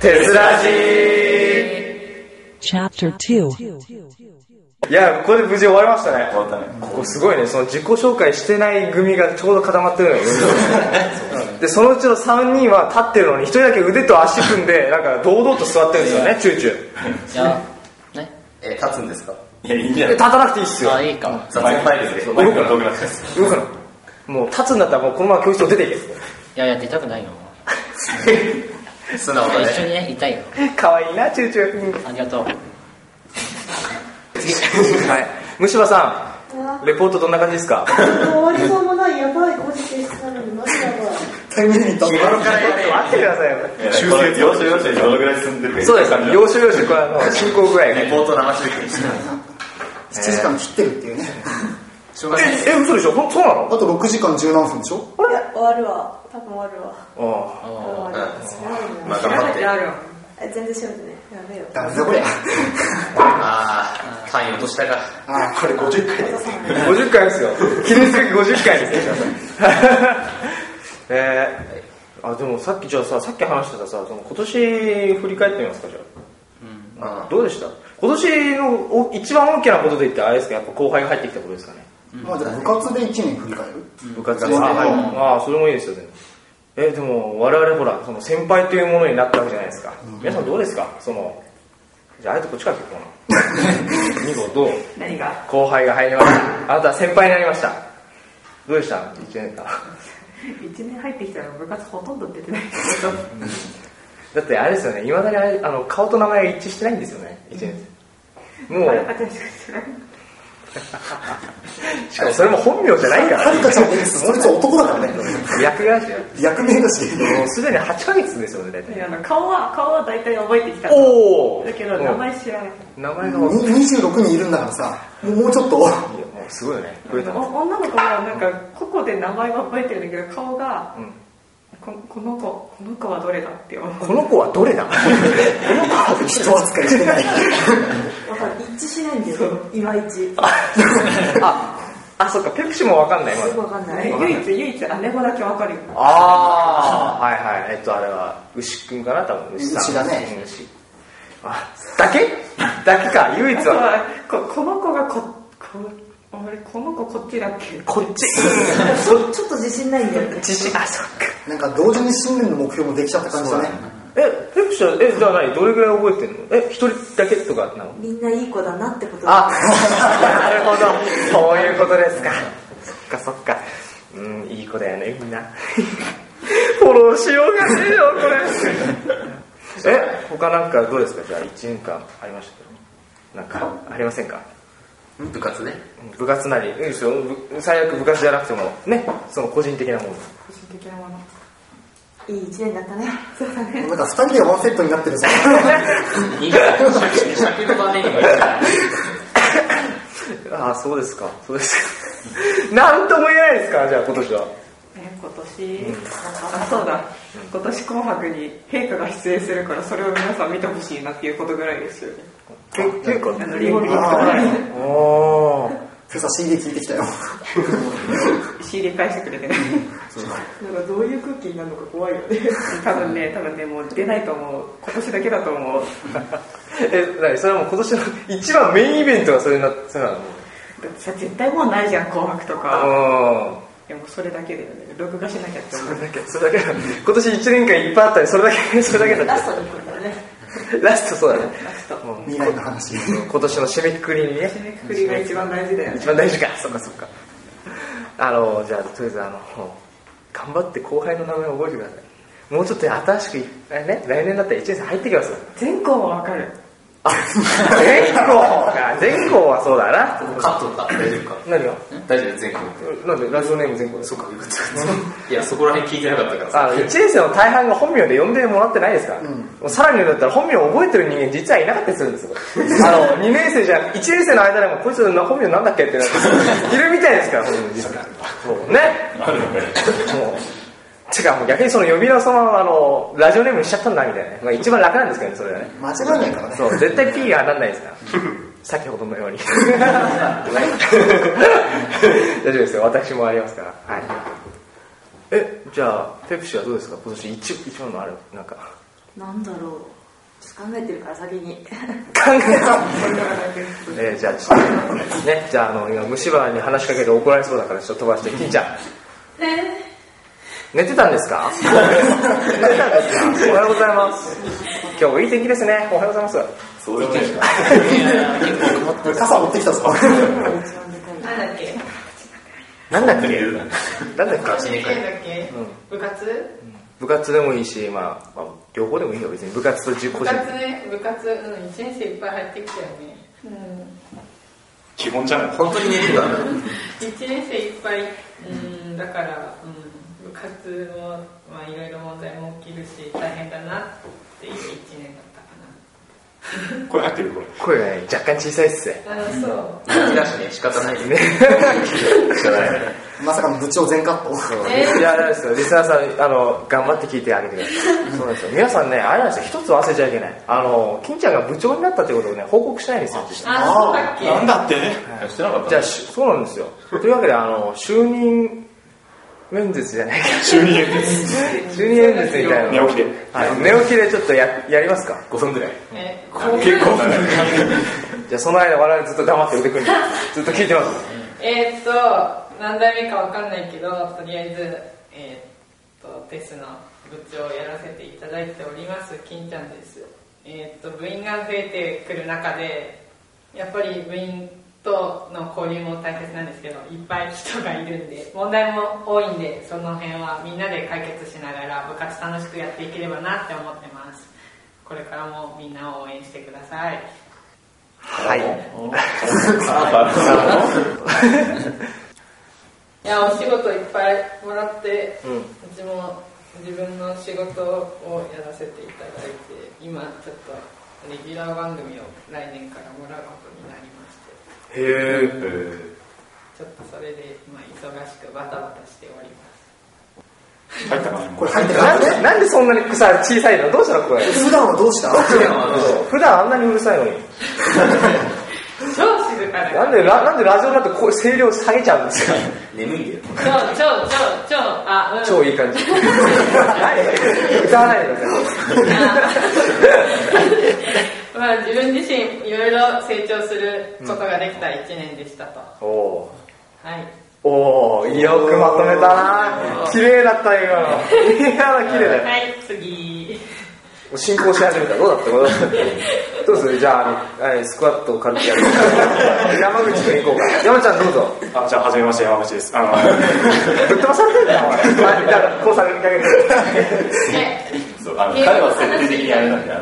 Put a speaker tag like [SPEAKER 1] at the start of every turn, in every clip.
[SPEAKER 1] 鉄ラジー
[SPEAKER 2] Chapter 2.
[SPEAKER 1] いやこれで無事終わりましたね
[SPEAKER 3] 終わったね
[SPEAKER 1] ここすごいねその自己紹介してない組がちょうど固まってるの よでそのうちの3人は立ってるのに1人だけ腕と足組んでなんか堂々と座ってるんですよねチューチュー
[SPEAKER 4] いや、ね。
[SPEAKER 3] え立つんですかいやいいんじゃ
[SPEAKER 1] で
[SPEAKER 3] ない
[SPEAKER 1] 立たなくていいっすよ
[SPEAKER 4] あ、いいか。
[SPEAKER 3] 撮影前ですけど
[SPEAKER 1] マ
[SPEAKER 3] マ
[SPEAKER 1] イ
[SPEAKER 3] イ
[SPEAKER 1] ク
[SPEAKER 3] ク
[SPEAKER 1] の遠
[SPEAKER 3] の遠
[SPEAKER 1] く
[SPEAKER 3] く
[SPEAKER 1] な
[SPEAKER 3] な
[SPEAKER 1] っちゃうで動くなもう
[SPEAKER 3] っちゃうんんです
[SPEAKER 1] 立つんだったらもうこのまま教室を出ていけ
[SPEAKER 4] いや、いや、出たくないよ。
[SPEAKER 3] 素直だね
[SPEAKER 4] 一緒にね、いたいよ。
[SPEAKER 1] かわいいなチューチュー、うん
[SPEAKER 4] ありがとう。
[SPEAKER 1] はい虫歯さんレポートどんな感じです か
[SPEAKER 5] 終わりそうもないやばいご時世なのにマジやばい
[SPEAKER 3] 日頃からやれよ
[SPEAKER 1] 待ってくださいよ
[SPEAKER 3] 修正要所要所でどのぐらい進んでるか
[SPEAKER 1] そうですね要所要所これあの進行具合が
[SPEAKER 3] レ
[SPEAKER 1] え
[SPEAKER 3] ポート流しできる
[SPEAKER 6] 7時間切ってるっていうね。しょうがない。
[SPEAKER 1] え嘘でしょほんそうなの
[SPEAKER 6] あと6時間17分でしょ
[SPEAKER 5] いや終わるわ多分終わるわ
[SPEAKER 1] ああ
[SPEAKER 5] 終わるすごい
[SPEAKER 3] まあ頑張って
[SPEAKER 5] なえ全然しようねやめよ
[SPEAKER 6] ダメだこれ。
[SPEAKER 3] あー単位落としたか
[SPEAKER 6] あー、これ50回です。
[SPEAKER 1] 50回ですよ記念すべき50回ですよ えー、あでもさっきじゃあささっき話してたさその今年振り返ってみますかじゃあ、どうでした今年のお一番大きなことで言ってあれですかやっぱ後輩が入ってきたことですかね、
[SPEAKER 6] まあじゃあ部活で1年振り返る
[SPEAKER 1] 部活
[SPEAKER 6] うん
[SPEAKER 1] あ、はい
[SPEAKER 6] うん
[SPEAKER 1] ああそれもいいですよねえーでも我々ほらその先輩というものになったわけじゃないですか、皆さんどうですかそのじゃああえてこっちから聞こう かな二号どう
[SPEAKER 5] 何が
[SPEAKER 1] 後輩が入りましたあなたは先輩になりましたどうでした1年間
[SPEAKER 5] 1年入ってきたら部活ほとんど出てない
[SPEAKER 1] だってあれですよねいまだにあれあの顔と名前が一致してないんですよね1年生もうしかもそれも本名じゃないから
[SPEAKER 6] はるかちゃんもいいです。そいつは男だからね。
[SPEAKER 1] 役がしよ
[SPEAKER 6] 役名だし。
[SPEAKER 1] もうすでに8ヶ月ですよね大体
[SPEAKER 5] 顔は顔は大体覚えてきた
[SPEAKER 1] おお
[SPEAKER 5] だけど名前知らない
[SPEAKER 1] 名前がもう
[SPEAKER 6] に26人いるんだからさ、もうもうちょっと。
[SPEAKER 1] すごいよね増えた
[SPEAKER 5] お
[SPEAKER 1] の
[SPEAKER 5] 女の子はなんか個々で名前は覚えてるんだけど顔が、
[SPEAKER 1] ん
[SPEAKER 5] ここの子この子はどれだって思う
[SPEAKER 1] この子はどれだ
[SPEAKER 6] 人扱いしてない。
[SPEAKER 7] 一致しないんだよねいまいち
[SPEAKER 1] ああそっかペプシもわかんないまだ
[SPEAKER 7] よくわかんない
[SPEAKER 5] ね唯一唯一姉子だけわかるよ
[SPEAKER 1] ああ はいはいえっとあれは牛くんかな多分牛さん
[SPEAKER 6] 牛だね
[SPEAKER 1] 牛あだけだけか唯一
[SPEAKER 5] あと
[SPEAKER 1] は
[SPEAKER 5] はここの子がここ俺この子こっちだっけ
[SPEAKER 1] こ っち
[SPEAKER 7] そうちょっと自信ないんだよね
[SPEAKER 1] 自信あそっか
[SPEAKER 6] なんか同時に新年の目標もできちゃった感じだね。
[SPEAKER 1] えペプシはえじゃあ何どれぐらい覚えてんのえ一人だけとかなの
[SPEAKER 7] みんないい子だなってこと
[SPEAKER 1] あ なるほどそういうことですかそっかそっかうんいい子だよねみんなフォローしようがねえよこれえ他なんかどうですかじゃあ1年間ありましたけどなんかありませんか
[SPEAKER 3] 部活ね
[SPEAKER 1] うん部活なりいいですよぶ最悪部活じゃなくてもねその個人的なもの
[SPEAKER 5] 個人的なもの
[SPEAKER 7] いい一年だったね
[SPEAKER 6] なんか2人でワンセットになってるさ。
[SPEAKER 4] いいか。尺の場面にもいいから。
[SPEAKER 1] ああそうですかそうですか なんとも言えないですからじゃあ今年は
[SPEAKER 5] え今年、あそうだ今年「紅白」に陛下が出演するからそれを皆さん見てほしいなっていうことぐらいですよね
[SPEAKER 1] け結構
[SPEAKER 5] あの
[SPEAKER 6] リ
[SPEAKER 5] リ
[SPEAKER 6] モ
[SPEAKER 5] モ
[SPEAKER 6] コ
[SPEAKER 5] コン
[SPEAKER 6] ンと
[SPEAKER 5] と
[SPEAKER 6] か
[SPEAKER 5] か
[SPEAKER 1] おー
[SPEAKER 6] 今朝 CD 聞いてきたよ。
[SPEAKER 5] CD 返してくれてねなんかどういう空気になるのか怖いよね多分ね多分ねもう出ないと思う今年だけだと思う
[SPEAKER 1] え何それはもう今年の一番メインイベントがそれなそれなの
[SPEAKER 5] だってさ絶対もうないじゃん「紅白」とか
[SPEAKER 1] あ
[SPEAKER 5] でもそれだけだよね録画しなきゃって思
[SPEAKER 1] それ
[SPEAKER 5] う
[SPEAKER 1] だけそれだけ今年1年間いっぱいあったりそれだけそれだけ だ
[SPEAKER 7] ラストに来るからね
[SPEAKER 1] ラストそうだね
[SPEAKER 6] 未来の話。
[SPEAKER 1] 今年の締めくくりにね
[SPEAKER 5] 締めくくりが一番大事だよね
[SPEAKER 1] 一番大事かそっかそっかあのじゃあとりあえずあの頑張って後輩の名前を覚えてくださいもうちょっと新しく来,、ね、来年だったら1年生入ってきますよ
[SPEAKER 5] 全校はわかる
[SPEAKER 1] あ全校か全校はそうだな
[SPEAKER 3] カットだ大丈夫か
[SPEAKER 1] 何が
[SPEAKER 3] 大丈夫全国
[SPEAKER 1] なんでラジオネーム全校です
[SPEAKER 3] そうかよかったいやそこら辺聞いてなかったから
[SPEAKER 1] あの1年生の大半が本名で呼んでもらってないですから、もうさらに言うんだったら本名を覚えてる人間実はいなかったりするんです よあの2年生じゃ1年生の間でもこいつの本名なんだっけってなっているみたいですから本名実はそうね
[SPEAKER 3] あるのかよ
[SPEAKER 1] もうてかもう逆にその呼びのそのあのラジオネームにしちゃったんだみたいなね、まあ、一番楽なんですけどねそれはね
[SPEAKER 6] 間違いないからね。
[SPEAKER 1] そう絶対 P が当たんないですから先ほどのように大丈夫ですよ私もありますからはいえじゃあペプシはどうですか今年一一番のあれなんか
[SPEAKER 7] なんだろう。考えてるから先 に。
[SPEAKER 1] 考えた、えー、じゃあちょっとねじゃああの今虫歯に話しかけて怒られそうだからちょっと飛ばして金ちゃん
[SPEAKER 7] え
[SPEAKER 1] 寝てたんですか寝てたんですかおはようございます今日もいい天気ですねおはようございます
[SPEAKER 3] そうでもないですか。
[SPEAKER 6] 傘持ってきたぞ。
[SPEAKER 7] 一番でかい。
[SPEAKER 8] なんだっけ
[SPEAKER 1] なんだっけ
[SPEAKER 3] う
[SPEAKER 1] な
[SPEAKER 3] な
[SPEAKER 1] んだっけ
[SPEAKER 8] 何県だっけ部活
[SPEAKER 1] 部活でもいいし、まあ、まあ両方でもいいよ別に部活と自己
[SPEAKER 8] 部活ね、部活、うん、一年生いっぱい入ってきたよね。うん。
[SPEAKER 3] 基本じゃない。本当に寝れるからね。
[SPEAKER 8] 一年生いっぱい、うん、だから、うん、部活も、まあいろいろ問題も起きるし、大変だなっていう一年だったか
[SPEAKER 3] これ入ってるこれ。
[SPEAKER 1] 声がね若干小さいっすね
[SPEAKER 8] な。あ、そ
[SPEAKER 4] 泣
[SPEAKER 8] う。
[SPEAKER 4] き出しね、仕方ないですね。
[SPEAKER 6] まさかの部長全カット。
[SPEAKER 8] え ー
[SPEAKER 1] いやあれですよリスナーさんあの頑張って聞いてあげてくださいそうなんですよ皆さんねあれなんですよ一つ忘れちゃいけないあの金ちゃんが部長になったということをね報告しないんですよ実は
[SPEAKER 8] あ、そうだっけ
[SPEAKER 3] なんだってしてなかった
[SPEAKER 1] じゃあしそうなんですよというわけであの就任面接じゃないか
[SPEAKER 3] 中二です。
[SPEAKER 1] 就任演説みたいな
[SPEAKER 3] 寝
[SPEAKER 1] の
[SPEAKER 3] 起きで。
[SPEAKER 1] はい、寝起きでちょっとややりますか
[SPEAKER 4] 5分ぐらい。
[SPEAKER 8] え、
[SPEAKER 3] 結構だね。
[SPEAKER 1] じゃあその間我々ずっと黙って腕 組んでずっと聞いてます
[SPEAKER 8] えーっと、何代目かわかんないけど、とりあえず、えーっと、テスの部長をやらせていただいております、金ちゃんです。えーっと、部員が増えてくる中で、やっぱり部員との交流も大切なんですけど、いっぱい人がいるんで、問題も多いんで、その辺はみんなで解決しながら部活楽しくやっていければなって思ってます。これからもみんなを応援してください。
[SPEAKER 1] はい
[SPEAKER 8] いやお仕事いっぱいもらって、
[SPEAKER 1] うん
[SPEAKER 8] うちも自分の仕事をやらせていただいて今ちょっとレギュラー番組を来年からもらうことになりまし
[SPEAKER 1] へ
[SPEAKER 8] て
[SPEAKER 1] え
[SPEAKER 8] ちょっとそれで、まあ、忙しくバタバタしております
[SPEAKER 3] 入ったかな
[SPEAKER 6] これ入ってな
[SPEAKER 1] ないんでなんでそんなに草小さいのどうしたのこれ
[SPEAKER 6] 普段はどうした
[SPEAKER 1] 普段あんなにうるさいのに
[SPEAKER 8] 超静かだか
[SPEAKER 1] なんでラなんでラジオだとこう声量下げちゃうんですか
[SPEAKER 4] 眠いんだよ。
[SPEAKER 8] ら超超超超あうん
[SPEAKER 1] 超いい感じ 何歌わないでください
[SPEAKER 8] まあ自分自身いろいろ成長することができた1年でしたと、
[SPEAKER 1] お お
[SPEAKER 8] はい
[SPEAKER 1] おおよくまとめたな綺麗だった 今のいや綺麗だよ
[SPEAKER 8] はい 次
[SPEAKER 1] もう進行し始めたどうだったどうだったどうするじゃああのはいスクワットを軽く やる山口君行こうか山ちゃんどうぞ
[SPEAKER 3] あ、じゃあ、はじめまして、山口です。あの、
[SPEAKER 1] ぶっ飛ばされてんだよお前はいだからこうされるだけ
[SPEAKER 8] え
[SPEAKER 9] そうあの彼は設定的にあれなんで、あの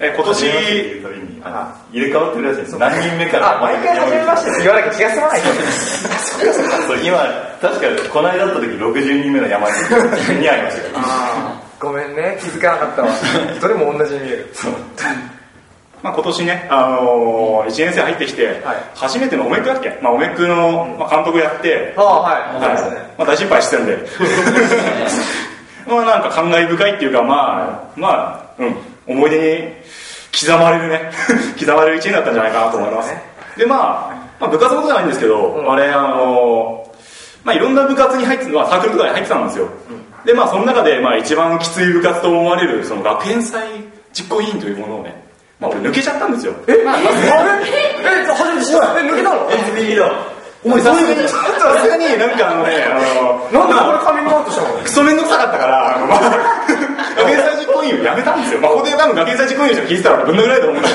[SPEAKER 3] え、今
[SPEAKER 9] 初めましてってい
[SPEAKER 3] 年、
[SPEAKER 9] うたびにあの入れ替わってるらしいです。何人目から
[SPEAKER 1] あ毎回初めましてって言わなきゃ気が済まないから
[SPEAKER 9] そう今確かこの間会った時60人目の山口君に会いましたから。
[SPEAKER 1] ごめんね気づかなかったわどれも同じに見える
[SPEAKER 3] まあ、今年ね、あのー、1年生入ってきて、初めてのおめくだっけまあ、おめくの、まあ、監督やって、
[SPEAKER 1] ああはい
[SPEAKER 3] はいまあ、大失敗してるんで、まあなんか感慨深いっていうか、まあ、まあ、うん、思い出に刻まれるね、 刻まれる一年だったんじゃないかなと思います。で、まあ、まあ、部活のことじゃないんですけど、あれ、あの、まあ、いろんな部活に入って、まあ、サークルとかに入ってたんですよ。で、まあ、その中で、まあ、一番きつい部活と思われる、その学園祭実行委員というものをね、まあ、俺抜けちゃったんですよ。
[SPEAKER 1] え、まあ、あれえ、初めて知った。え、抜けたの
[SPEAKER 3] お前、さすがに、 さすがになんかあのね、あの、
[SPEAKER 1] なんでこれカミングアウトしたの
[SPEAKER 3] クソめんどくさかったから、あの、ま あ、学園祭実行委員をやめたんですよ。まあ、ここで多分学園祭実行委員の人聞いてたらぶん殴られると思うんだ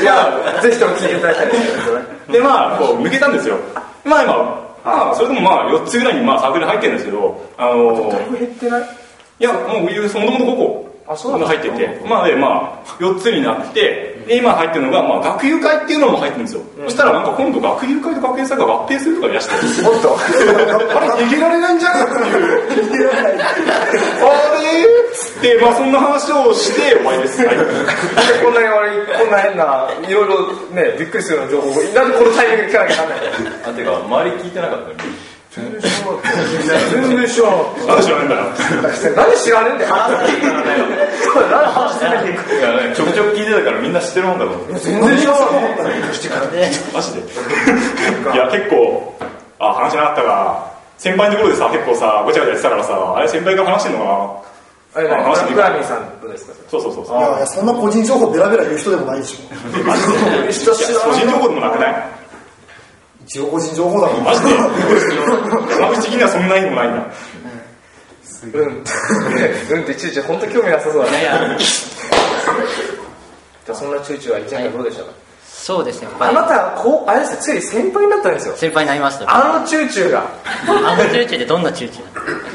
[SPEAKER 1] いや、ぜひとも聞いていただきたいです
[SPEAKER 3] けど。で、まあ、こう、抜けたんですよ。まあ、今、まあ、それでもまあ、4つぐらいにまあ、サークル入ってるんですけど、あの、
[SPEAKER 1] 減ってない
[SPEAKER 3] いや、もう、もともと5個。
[SPEAKER 1] あそうなんだ
[SPEAKER 3] 入ってて。まあ、で、まあ、4つになって、で、今入ってるのが、まあ、学友会っていうのも入ってるんですよ。そしたら、なんか今度学友会と学園祭が合併するとか言い出して。
[SPEAKER 1] もっと。あれ、逃げられないんじゃん
[SPEAKER 3] あれーっつって、まあ、そんな話をして、終わりです。はい
[SPEAKER 1] こんなに俺、こんな変な、いろいろね、びっくりするような情報をなんでこのタイミングで聞かなきゃなんない
[SPEAKER 9] あてか周り聞いてなかったよね。
[SPEAKER 1] の全然知らな
[SPEAKER 3] 何しろなんだろう。
[SPEAKER 1] 何で知らねえんだよ。これ何話してない
[SPEAKER 9] いやねちょくちょく聞いてたからみんな知ってるもんだと思って。
[SPEAKER 1] 全然知らなかった。
[SPEAKER 3] マジでいや結構あ話しなかったが先輩のところでさ結構さごちゃごちゃやってたからさあれ先輩が話してんのか
[SPEAKER 1] あれ
[SPEAKER 3] あ話聞
[SPEAKER 1] 何
[SPEAKER 3] いた
[SPEAKER 1] ブラミーさんどうですか
[SPEAKER 3] そうそうそうそう
[SPEAKER 6] いやいや、そんな個人情報ベラベラ言う人でもないでしょ。
[SPEAKER 3] 個人情報でもなくない
[SPEAKER 6] 一応個人情報だもん。
[SPEAKER 3] マジで山口的にはそんなにもないんだ
[SPEAKER 1] うんうんっていちいち本当興味なさそうだねじゃあそんなチューチューは1年間どうでしたか、
[SPEAKER 4] そうですね、やっ
[SPEAKER 1] あな
[SPEAKER 4] ぱ
[SPEAKER 1] たこうあれですよついに先輩になったんですよ
[SPEAKER 4] り先輩になりましたよ。
[SPEAKER 1] あのチューチューが
[SPEAKER 4] あのチューチューってどんなチューチュー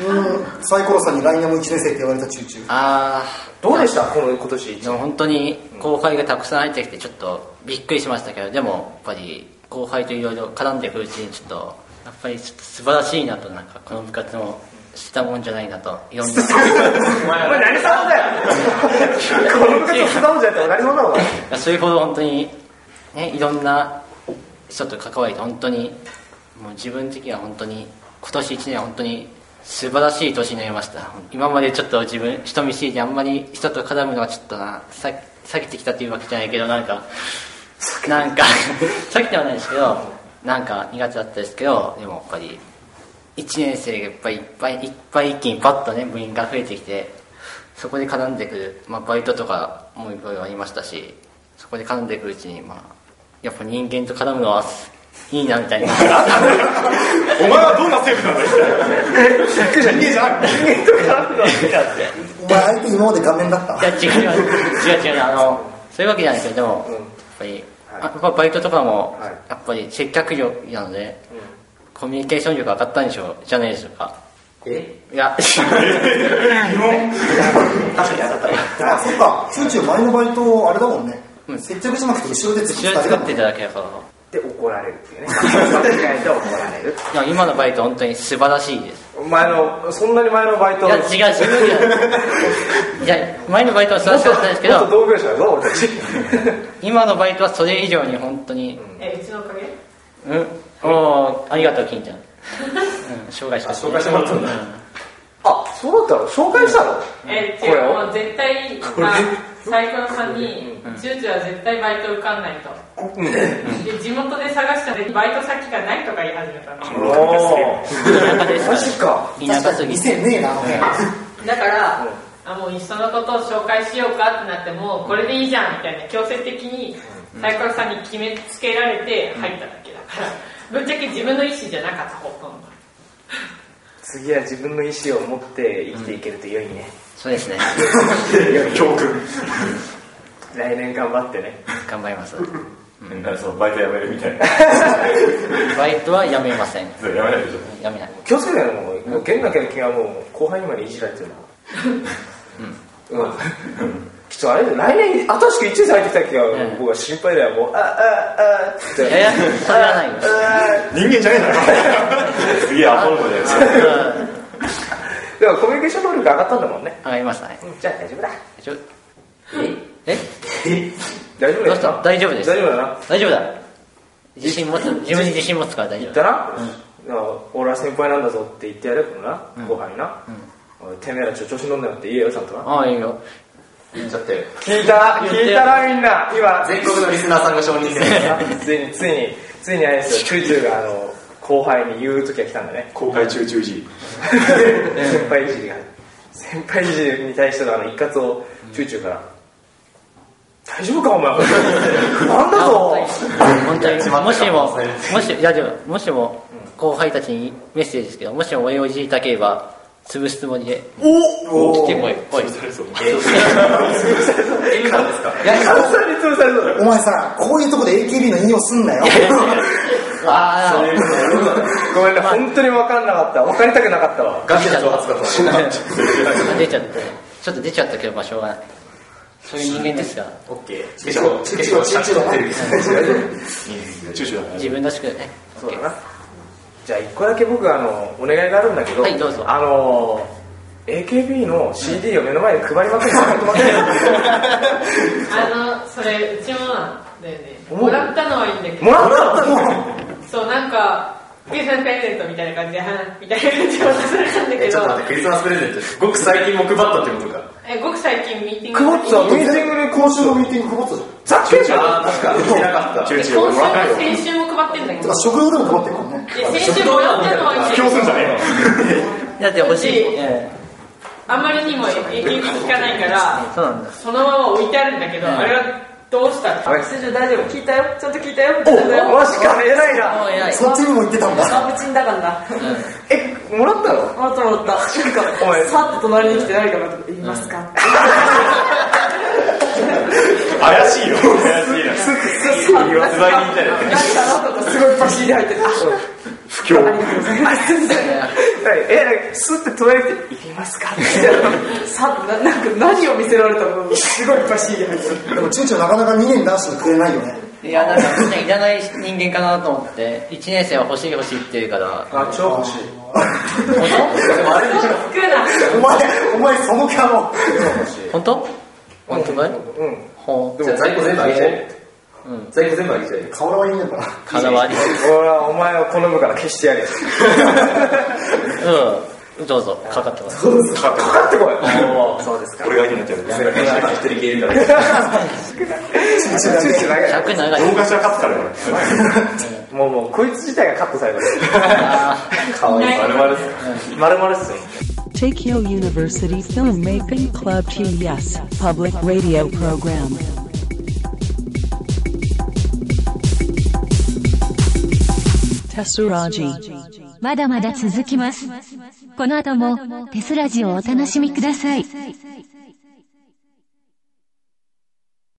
[SPEAKER 4] なの
[SPEAKER 6] うん、サイコロさんに来年も1年生って言われたチューチュー。
[SPEAKER 4] あ
[SPEAKER 1] どうでしたこの今年
[SPEAKER 4] ー、でも本当に後輩がたくさん入ってきて、ちょっとびっくりしましたけど、でもやっぱり後輩といろいろ絡んでいくうちに、ちょっと、やっぱりちょっと素晴らしいなと、なんかこの部活もしたもんじゃないなと、いろんな。
[SPEAKER 1] お前何様だよこの部活の素直じゃなくて何様だお前
[SPEAKER 4] いやそれほど本当に、ね、いろんな人と関わり本当にもう自分的には本当に今年1年は本当に素晴らしい年になりました今までちょっと自分人見知りであんまり人と絡むのはちょっとなさ避けてきたというわけじゃないけどなんかなんか 避けてはないですけどなんか苦手だったですけどでもやっぱり1年生がやっぱりいっぱいいっぱい一気にバッとね部員が増えてきてそこで絡んでくる、まあ、バイトとかもいろいろありましたしそこで絡んでくるうちに、まあ、やっぱ人間と絡むのはいいなみたいな
[SPEAKER 3] お前はどんな生物なんだよ人間じゃない
[SPEAKER 6] お前、相手今まで画面だった
[SPEAKER 4] い。や違う違う違う違うあのそういうわけじゃないですけどでも、やっぱり、あやっぱバイトとかも、
[SPEAKER 1] はい
[SPEAKER 4] やっぱり接客業なので、コミュニケーション力上がったんでしょうじゃないでしょうか
[SPEAKER 1] え
[SPEAKER 4] いや
[SPEAKER 6] あ、そっか。チューチュー前のバイト、あれだもんね。接着しなくて後ろで
[SPEAKER 4] 後
[SPEAKER 6] 突っ
[SPEAKER 4] ろ
[SPEAKER 6] 込
[SPEAKER 4] で
[SPEAKER 6] ん
[SPEAKER 4] 使
[SPEAKER 6] だ
[SPEAKER 4] っていただければ
[SPEAKER 1] で怒られるっていうね間違えて怒られる
[SPEAKER 4] いや今のバイト本当に素晴らしいです
[SPEAKER 1] お前のそんなに前のバイト
[SPEAKER 4] いや違う 違う違ういや前のバイトは素晴らしかったですけ
[SPEAKER 1] もっと
[SPEAKER 4] ど
[SPEAKER 1] 同業者だぞ俺たち
[SPEAKER 4] 今のバイトはそれ以上に本当に
[SPEAKER 7] え、うちのおかげ
[SPEAKER 4] うん、おーありがとう金ちゃん、うん、紹介して紹介してもらったんだ、
[SPEAKER 1] あそうだったの紹介したの
[SPEAKER 8] え
[SPEAKER 1] こ
[SPEAKER 8] 違
[SPEAKER 1] れ
[SPEAKER 8] う
[SPEAKER 1] を
[SPEAKER 8] もう絶対あ最高さんに「チューチューは絶対バイト受かんない」と。で地元で探したのでバイト先がないとか言い始めたの
[SPEAKER 1] お
[SPEAKER 4] 田舎です
[SPEAKER 1] マジか
[SPEAKER 4] 田舎すぎて
[SPEAKER 6] 店ねえな、あの辺。
[SPEAKER 8] だから、あもういっそのことを紹介しようかってなってもうこれでいいじゃんみたいな強制的にサイコロさんに決めつけられて入っただけだから、ぶっちゃけ自分の意思じゃなかったほとんど
[SPEAKER 1] 次は自分の意思を持って生きていけると良いね
[SPEAKER 4] そうですね
[SPEAKER 3] 教訓
[SPEAKER 1] 来年頑張ってね
[SPEAKER 4] 頑張ります
[SPEAKER 9] みんなそのバイト辞めるみたいな
[SPEAKER 4] バイトはやめません
[SPEAKER 9] それ辞めないでしょ
[SPEAKER 4] やめない
[SPEAKER 1] 気をつけてよもうもう玄関の気がもう後輩にまでいじられてるのうんきっとあれ来年新しく1年生入ってきた気が
[SPEAKER 4] うん
[SPEAKER 1] 僕は心配だよもうああああって
[SPEAKER 4] いやいやそれはないよ
[SPEAKER 1] ああ
[SPEAKER 3] 人間じゃねえんだろ
[SPEAKER 9] 次アポロじゃないで
[SPEAKER 1] でもコミュニケーション能力上がったんだもんね
[SPEAKER 4] 上がりましたね
[SPEAKER 1] うんじゃあ大丈夫だ
[SPEAKER 4] ちょえ
[SPEAKER 1] 大丈夫
[SPEAKER 4] どう
[SPEAKER 1] で
[SPEAKER 4] し
[SPEAKER 1] す
[SPEAKER 4] た
[SPEAKER 1] か
[SPEAKER 4] 大丈夫です
[SPEAKER 1] 大丈夫だな
[SPEAKER 4] 大丈夫だ自信持つ自分に自信持つから大丈
[SPEAKER 1] 言っ
[SPEAKER 4] 夫
[SPEAKER 1] たな、だから俺は先輩なんだぞって言ってやればな、後輩にな、おいてめえらちょっと調子乗んなよって言えよちゃんとな
[SPEAKER 4] ああいいよ
[SPEAKER 10] 言っちゃってる
[SPEAKER 1] 聞いた
[SPEAKER 4] 言ってよ
[SPEAKER 1] 聞いたなみんな今
[SPEAKER 10] 全国のリスナーさんが承認してる
[SPEAKER 1] ついについについにあれですよチューチューがあの後輩に言う時が来たんだね
[SPEAKER 3] 公開中中時
[SPEAKER 1] 先輩いじりが先輩いじりに対してのあの一括をチューチューから「大丈夫かお前なんだぞ
[SPEAKER 4] 本当にもしももしいやでももしも後輩たちにメッセージですけどもしも俺をいじりたければ潰すつもりでお来てこい来い
[SPEAKER 6] いやいや
[SPEAKER 1] 完全に潰されそうだよ
[SPEAKER 6] お前さ、こういうとこで AKB の引用すんなよ。
[SPEAKER 4] ああ
[SPEAKER 1] ごめんね本当に分かんなかった分かりたくなかったわ
[SPEAKER 10] ガチな挑発だと思う
[SPEAKER 4] 出ちゃってちょっと出ちゃったけどまあしょうがないそういう人間ですが
[SPEAKER 10] オッケーチケショチケショチケショってる
[SPEAKER 3] 中中だね
[SPEAKER 4] 自分らしくね
[SPEAKER 1] そうだなじゃあ一個だけ僕あのお願いがあるんだけど、
[SPEAKER 4] はいどうぞ
[SPEAKER 1] あの AKB の CD を目の前で配りまくるのやめてもら
[SPEAKER 8] あのそれうちもなんだよね
[SPEAKER 1] お
[SPEAKER 8] もらったのはいいんだけ
[SPEAKER 1] え
[SPEAKER 8] ど
[SPEAKER 1] もらったの
[SPEAKER 8] そうなんかクリスマスプレゼントみたいな感じではみたいな感じで渡されたんだけ
[SPEAKER 10] えちょっと待
[SPEAKER 8] ど
[SPEAKER 10] ってクリスマスプレゼントごく最近も配ったってことか
[SPEAKER 8] えごく最近ミーティング
[SPEAKER 1] 配ったミーティングで今週のミーティング
[SPEAKER 6] ミーティング配ったじゃん。
[SPEAKER 1] ざっけんじゃ
[SPEAKER 10] あ
[SPEAKER 1] ん
[SPEAKER 10] あ確か見てなかった
[SPEAKER 3] 中
[SPEAKER 8] 今
[SPEAKER 3] 中
[SPEAKER 8] 週も
[SPEAKER 3] もらわないよ
[SPEAKER 8] 先週も配ってんだけ
[SPEAKER 6] て
[SPEAKER 8] ど
[SPEAKER 6] か食料でも配ってるからね。
[SPEAKER 8] で先週もらったのはいいんだけ
[SPEAKER 3] 今日
[SPEAKER 8] ど
[SPEAKER 3] すんじゃね
[SPEAKER 4] だって欲しい、
[SPEAKER 8] 欲しい
[SPEAKER 4] え
[SPEAKER 8] あんまりにもエンディング聞かないから
[SPEAKER 4] そうなんだ
[SPEAKER 8] そのまま置いてあるんだけど、あれはどうしたの
[SPEAKER 5] すず大丈夫聞いたよちゃんと聞いたよ
[SPEAKER 1] おマジか偉い
[SPEAKER 4] もう
[SPEAKER 1] な
[SPEAKER 4] 偉い
[SPEAKER 6] そっちにも行ってたんだ。
[SPEAKER 5] サブチンだからな
[SPEAKER 1] えもらったの
[SPEAKER 5] あと思った
[SPEAKER 1] お前
[SPEAKER 5] さっと隣に来て誰かなと思って言いますか
[SPEAKER 3] 怪しいよ。怪しいな。
[SPEAKER 1] す ぐ言わ
[SPEAKER 3] 発売人みたいな。
[SPEAKER 5] 何かなと思ったらすごいパシリ入ってる
[SPEAKER 3] 不況。
[SPEAKER 1] えなんかスッて隣に来て「いりますか?」って
[SPEAKER 5] さっとななんか何を見せられたのすごいパシリ入ってる
[SPEAKER 6] でも、チューチューなかなか2年出してくれないよね。
[SPEAKER 4] いやなんかみんないらない人間かなと思って1年生は欲しい欲しいって言うから
[SPEAKER 1] あ超欲しい
[SPEAKER 6] お前、お前、その顔。
[SPEAKER 4] 本当本当だよ
[SPEAKER 1] うん
[SPEAKER 4] ほう
[SPEAKER 11] じゃあ在庫全部あげちゃえ。在庫全部あげちゃえ。
[SPEAKER 6] 顔らはいいねんだな。
[SPEAKER 4] 体割り
[SPEAKER 1] 俺はお前を好むから消してやるよ
[SPEAKER 4] うんどうぞかかってます
[SPEAKER 1] かかって こいそうですか
[SPEAKER 3] 俺がいになっちゃう。
[SPEAKER 11] 一人消えるから。
[SPEAKER 6] チューチューだけ。
[SPEAKER 4] 尺長い
[SPEAKER 3] 動かしは勝つからね。
[SPEAKER 1] もうもうこいつ自体がカットされた
[SPEAKER 11] かわいい。
[SPEAKER 3] 丸々です。
[SPEAKER 1] まるまるっすよ
[SPEAKER 2] Tokyo University Filmmaking Club TES Public Radio Program. Tessuraji.
[SPEAKER 12] まだまだ続きます。この後もテスラジをお楽しみください。